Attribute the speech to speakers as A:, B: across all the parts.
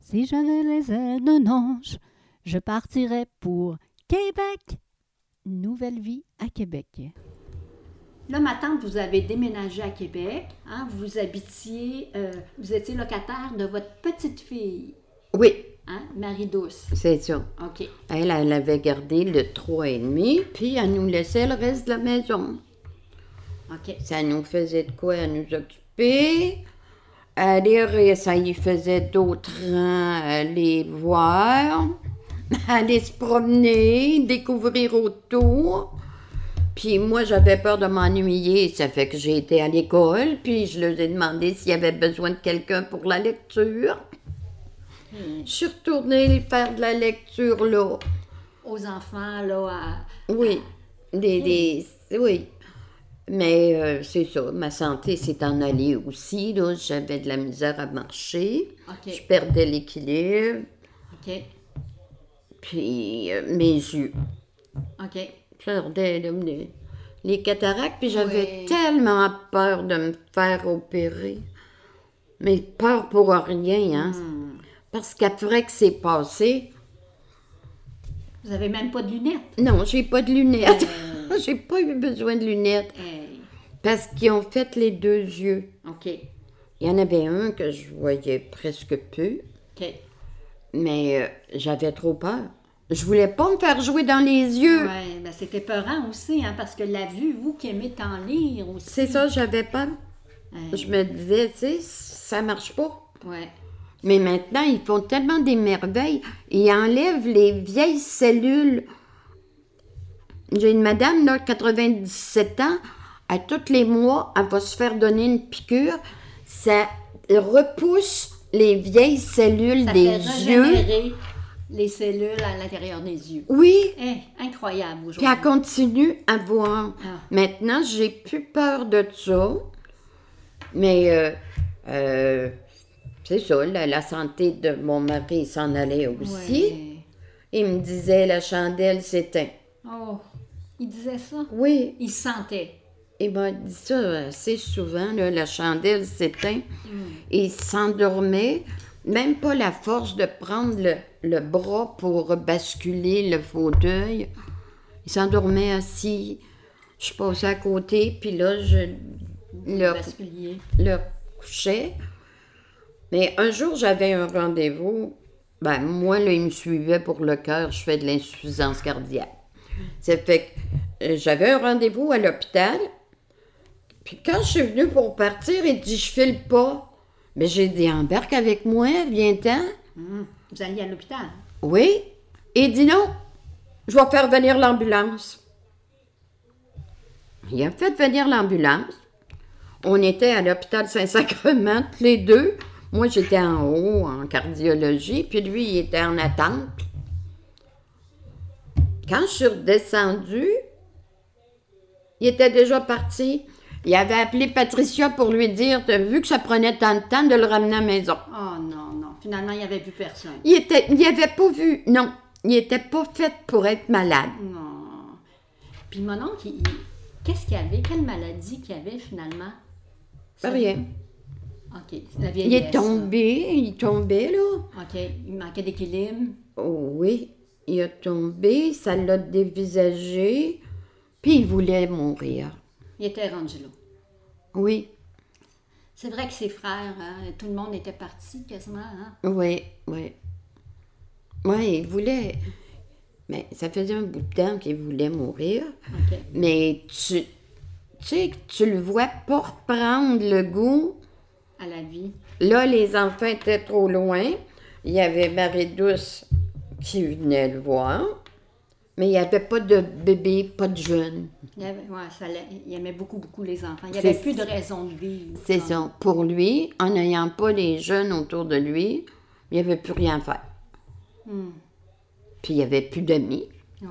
A: Si j'avais les ailes d'un ange, je partirais pour Québec. Nouvelle vie à Québec.
B: Là, ma tante, vous avez déménagé à Québec. Hein? Vous habitiez, euh, vous étiez locataire de votre petite fille,
C: Oui,
B: hein? Marie Douce.
C: c'est ça.
B: OK.
C: Elle, elle avait gardé le trois et demi, puis elle nous laissait le reste de la maison.
B: OK.
C: Ça nous faisait de quoi à nous occuper. Aller, ça y faisait d'autres trains, aller voir, aller se promener, découvrir autour. Puis moi, j'avais peur de m'ennuyer, ça fait que j'ai été à l'école, puis je leur ai demandé s'il y avait besoin de quelqu'un pour la lecture. Je suis retournée faire de la lecture là.
B: Aux enfants, là, à...
C: Oui, des, des- oui. Mais euh, c'est ça, ma santé s'est en allée aussi. Là, j'avais de la misère à marcher.
B: OK.
C: Je perdais l'équilibre.
B: OK.
C: Puis euh, mes yeux.
B: OK.
C: Je perdais là, les, les cataractes. Puis j'avais
B: Oui.
C: tellement peur de me faire opérer. Mais peur pour rien, hein.
B: Hmm.
C: Parce qu'après que c'est passé,
B: Vous avez même pas de lunettes.
C: non, j'ai pas de lunettes.
B: Hmm.
C: j'ai pas eu besoin de lunettes.
B: Hey.
C: Parce qu'ils ont fait les deux yeux.
B: OK.
C: Il y en avait un que je voyais presque peu,
B: OK.
C: Euh. mais euh, j'avais trop peur. Je voulais pas me faire jouer dans les yeux.
B: Ouais, ben c'était peurant aussi, hein, parce que la vue, vous qui aimez tant lire aussi.
C: C'est ça, j'avais peur.
B: Hey.
C: Je me disais, tu sais, ça marche pas.
B: Ouais.
C: Mais maintenant, ils font tellement des merveilles. Ils enlèvent les vieilles cellules. J'ai une madame, là, 97 ans, à tous les mois, elle va se faire donner une piqûre. Ça repousse les vieilles cellules
B: Ça
C: des
B: fait
C: yeux.
B: régénérer les cellules à l'intérieur des yeux.
C: Oui,
B: Hey, incroyable
C: puis
B: aujourd'hui.
C: elle continue à voir.
B: Ah.
C: Maintenant, j'ai plus peur de ça. Mais euh, euh, c'est ça, la, la santé de mon mari s'en allait aussi.
B: Ouais.
C: Il me disait la chandelle s'éteint.
B: Oh, il disait ça.
C: Oui,
B: Il sentait.
C: il m'a dit ça assez souvent, là, la chandelle s'éteint.
B: Mm,
C: Il s'endormait, même pas la force de prendre le, le bras pour basculer le fauteuil. Il s'endormait assis. Je passais à côté, puis là, je le,
B: Basculier.
C: le couchais. Mais un jour, j'avais un rendez-vous. Ben, moi, là, il me suivait pour le cœur. Je fais de l'insuffisance cardiaque. Ça fait que euh, j'avais un rendez-vous à l'hôpital. Puis quand je suis venue pour partir, il dit Je file pas. Mais j'ai dit Embarque avec moi, viens-t'en.
B: Hum, Vous alliez à l'hôpital.
C: Oui. Il dit Non, je vais faire venir l'ambulance. Il a fait venir l'ambulance. On était à l'hôpital Saint-Sacrement, tous les deux. Moi, j'étais en haut, en cardiologie, puis lui, il était en attente. Quand je suis redescendue, il était déjà parti. Il avait appelé Patricia pour lui dire, T'as vu que ça prenait tant de temps de le ramener à la maison.
B: Oh non, non. Finalement, il n'y avait plus personne.
C: Il était, il avait pas vu, non, il était pas fait pour être malade.
B: Non. Puis mon oncle, il- il- qu'est-ce qu'il avait? Quelle maladie qu'il avait finalement?
C: Pas rien.
B: OK. La
C: Il
B: vieillesse.
C: est tombé, il tombait là.
B: OK. Il manquait d'équilibre.
C: Oh oui, il a tombé, ça l'a dévisagé, puis il voulait mourir.
B: Il était rendu là.
C: Oui,
B: C'est vrai que ses frères, hein, tout le monde était parti quasiment. Hein?
C: oui, oui. Oui, il voulait. Mais ça faisait un bout de temps qu'il voulait mourir.
B: OK.
C: Mais tu, tu sais, que tu le vois pas reprendre le goût.
B: À la vie.
C: Là, les enfants étaient trop loin. Il y avait Marie-Douce qui venait le voir, mais il n'y avait pas de bébé, pas de jeune.
B: Il, avait- ouais, ça allait- il aimait beaucoup, beaucoup les enfants. Il n'y
C: C'est-
B: avait plus de raison de vivre.
C: C'est
B: Ah.
C: ça. Pour lui, en n'ayant pas les jeunes autour de lui, il n'y avait plus rien à faire.
B: Hum,
C: Puis il n'y avait plus d'amis.
B: Ouais.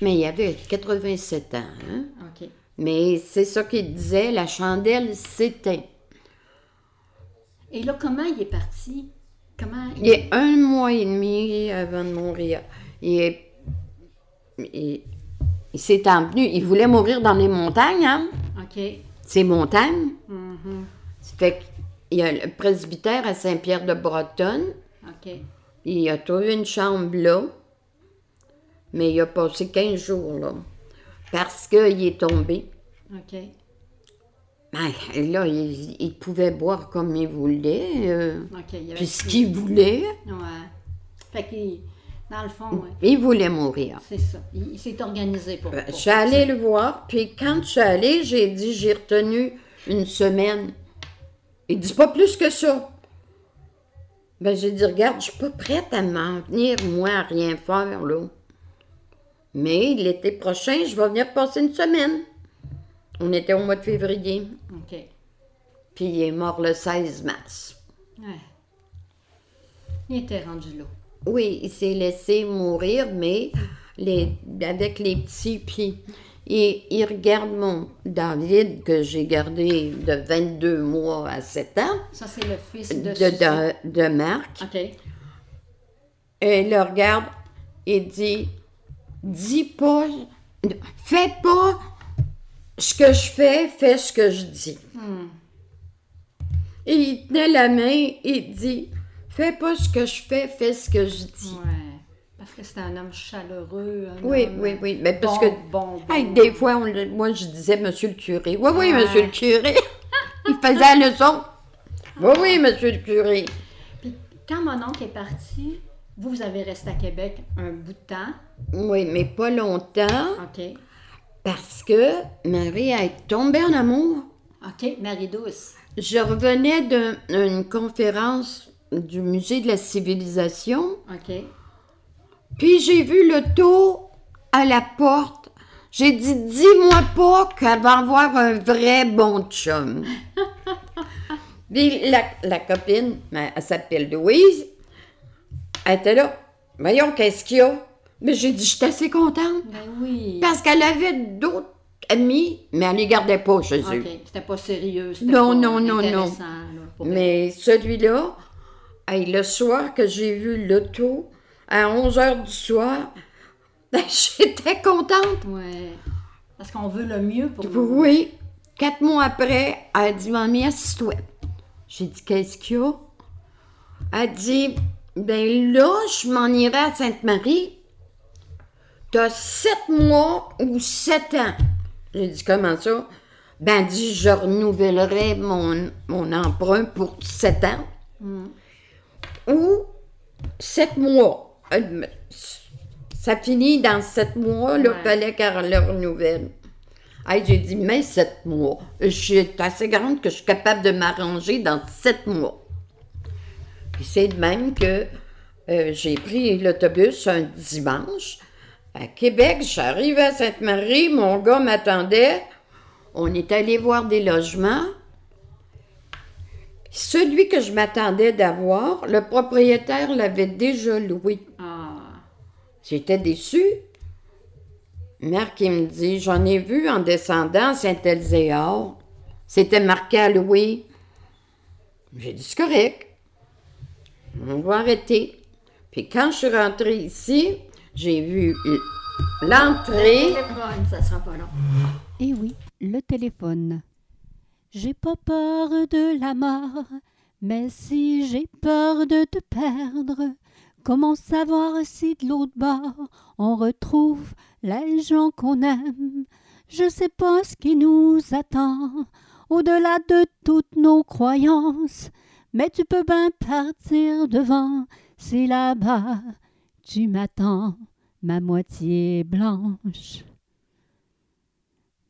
C: Mais il avait 87 ans. hein.
B: OK.
C: Mais c'est ça qu'il disait, la chandelle s'éteint.
B: Et là, comment il est parti? Comment il...
C: Il est un mois et demi avant de mourir. Il est- il- il s'est envenu. Il voulait mourir dans les montagnes, hein?
B: OK.
C: ces montagnes.
B: Mhm.
C: Ça fait qu'il y a le presbytère à Saint-Pierre-de-Bretonne.
B: OK.
C: Il a trouvé une chambre là, mais il a passé 15 jours là. Parce qu'il est tombé.
B: OK.
C: Ben, là, il, il pouvait boire comme il voulait, euh,
B: OK. Il y avait
C: puis ce qu'il voulait.
B: Ouais. Fait qu'il. Dans le fond, ouais.
C: Il voulait mourir.
B: C'est ça. Il, il s'est organisé pour.
C: Ben,
B: pour-
C: Je suis allée le voir, puis quand je suis allée, j'ai dit j'ai retenu une semaine. Il dit pas plus que ça. Ben j'ai dit regarde, je suis pas prête à m'en venir moi à rien faire là. Mais l'été prochain, je vais venir passer une semaine. On était au mois de février,
B: OK.
C: puis il est mort le 16 mars.
B: Ouais. Il était rendu là.
C: Oui, il s'est laissé mourir, mais les, avec les petits pieds. Et il regarde mon David que j'ai gardé de 22 mois à 7 ans,
B: Ça, c'est le fils
C: de,
B: de.
C: de, de Marc.
B: OK.
C: Et il le regarde et dit Dis pas, fais pas ce que je fais, fais ce que je dis.
B: Hmm.
C: Et il tenait la main et dit Fais pas ce que je fais, fais ce que je dis.
B: Ouais. Parce que c'était un homme chaleureux. un
C: Oui,
B: homme,
C: oui,
B: euh,
C: oui. Mais parce
B: bon,
C: que
B: Bon, bon.
C: Hey, des fois, on le- moi, je disais Monsieur le curé. Oui,
B: Ouais.
C: oui, Monsieur le curé. Il faisait la leçon. Oui, oui, Monsieur le curé.
B: Puis, quand mon oncle est parti, vous, vous avez resté à Québec un bout de temps.
C: Oui, mais pas longtemps
B: OK.
C: parce que Marie est tombée en amour.
B: OK. Marie-Douce.
C: Je revenais d'un- d'une conférence du Musée de la Civilisation,
B: OK.
C: puis j'ai vu le taux à la porte. J'ai dit, dis-moi pas qu'elle va avoir un vrai bon chum. Puis la, la copine, ben, elle s'appelle Louise, elle était là. Voyons, qu'est-ce qu'il y a? Mais j'ai dit, je suis assez contente.
B: Ben oui.
C: Parce qu'elle avait d'autres amis, mais elle les gardait pas chez eux.
B: OK. C'était pas sérieux. c'était
C: Non,
B: pas
C: non, non,
B: intéressant, là, pour-
C: Mais celui-là, hey, le soir que j'ai vu l'auto, à 11 h du soir, ben, j'étais contente.
B: Ouais. Parce qu'on veut le mieux pour vous.
C: Oui, quatre mois après, elle a dit Mamie, assis-toi. J'ai dit Qu'est-ce qu'il y a Elle a dit Ben là, je m'en irai à Sainte-Marie. T'as sept mois ou sept ans. J'ai dit Comment ça Ben, elle dit Je renouvellerai mon, mon emprunt pour sept ans. Ou sept mois. Euh, Ça finit dans sept mois, là,
B: Ouais.
C: fallait qu'elle le renouvelle. Hey, j'ai dit, mais sept mois. Je suis assez grande que je suis capable de m'arranger dans sept mois. Puis c'est de même que euh, j'ai pris l'autobus un dimanche. À Québec, j'arrive à Sainte-Marie, mon gars m'attendait. On est allé voir des logements. Celui que je m'attendais d'avoir, le propriétaire l'avait déjà loué.
B: Ah.
C: J'étais déçue. Marc, il me dit J'en ai vu en descendant à Saint-Elzéar. C'était marqué à louer. J'ai dit C'est correct. On va arrêter. Puis quand je suis rentrée ici, j'ai vu l'entrée.
B: Téléphone, ça sera pas long.
A: Eh oui, le téléphone. J'ai pas peur de la mort, mais si j'ai peur de te perdre, comment savoir si de l'autre bord on retrouve les gens qu'on aime? Je sais pas ce qui nous attend au-delà de toutes nos croyances, mais tu peux bien partir devant si là-bas tu m'attends, ma moitié blanche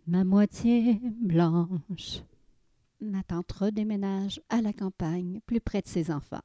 A: ma moitié blanche. Ma tante redéménage à la campagne, plus près de ses enfants.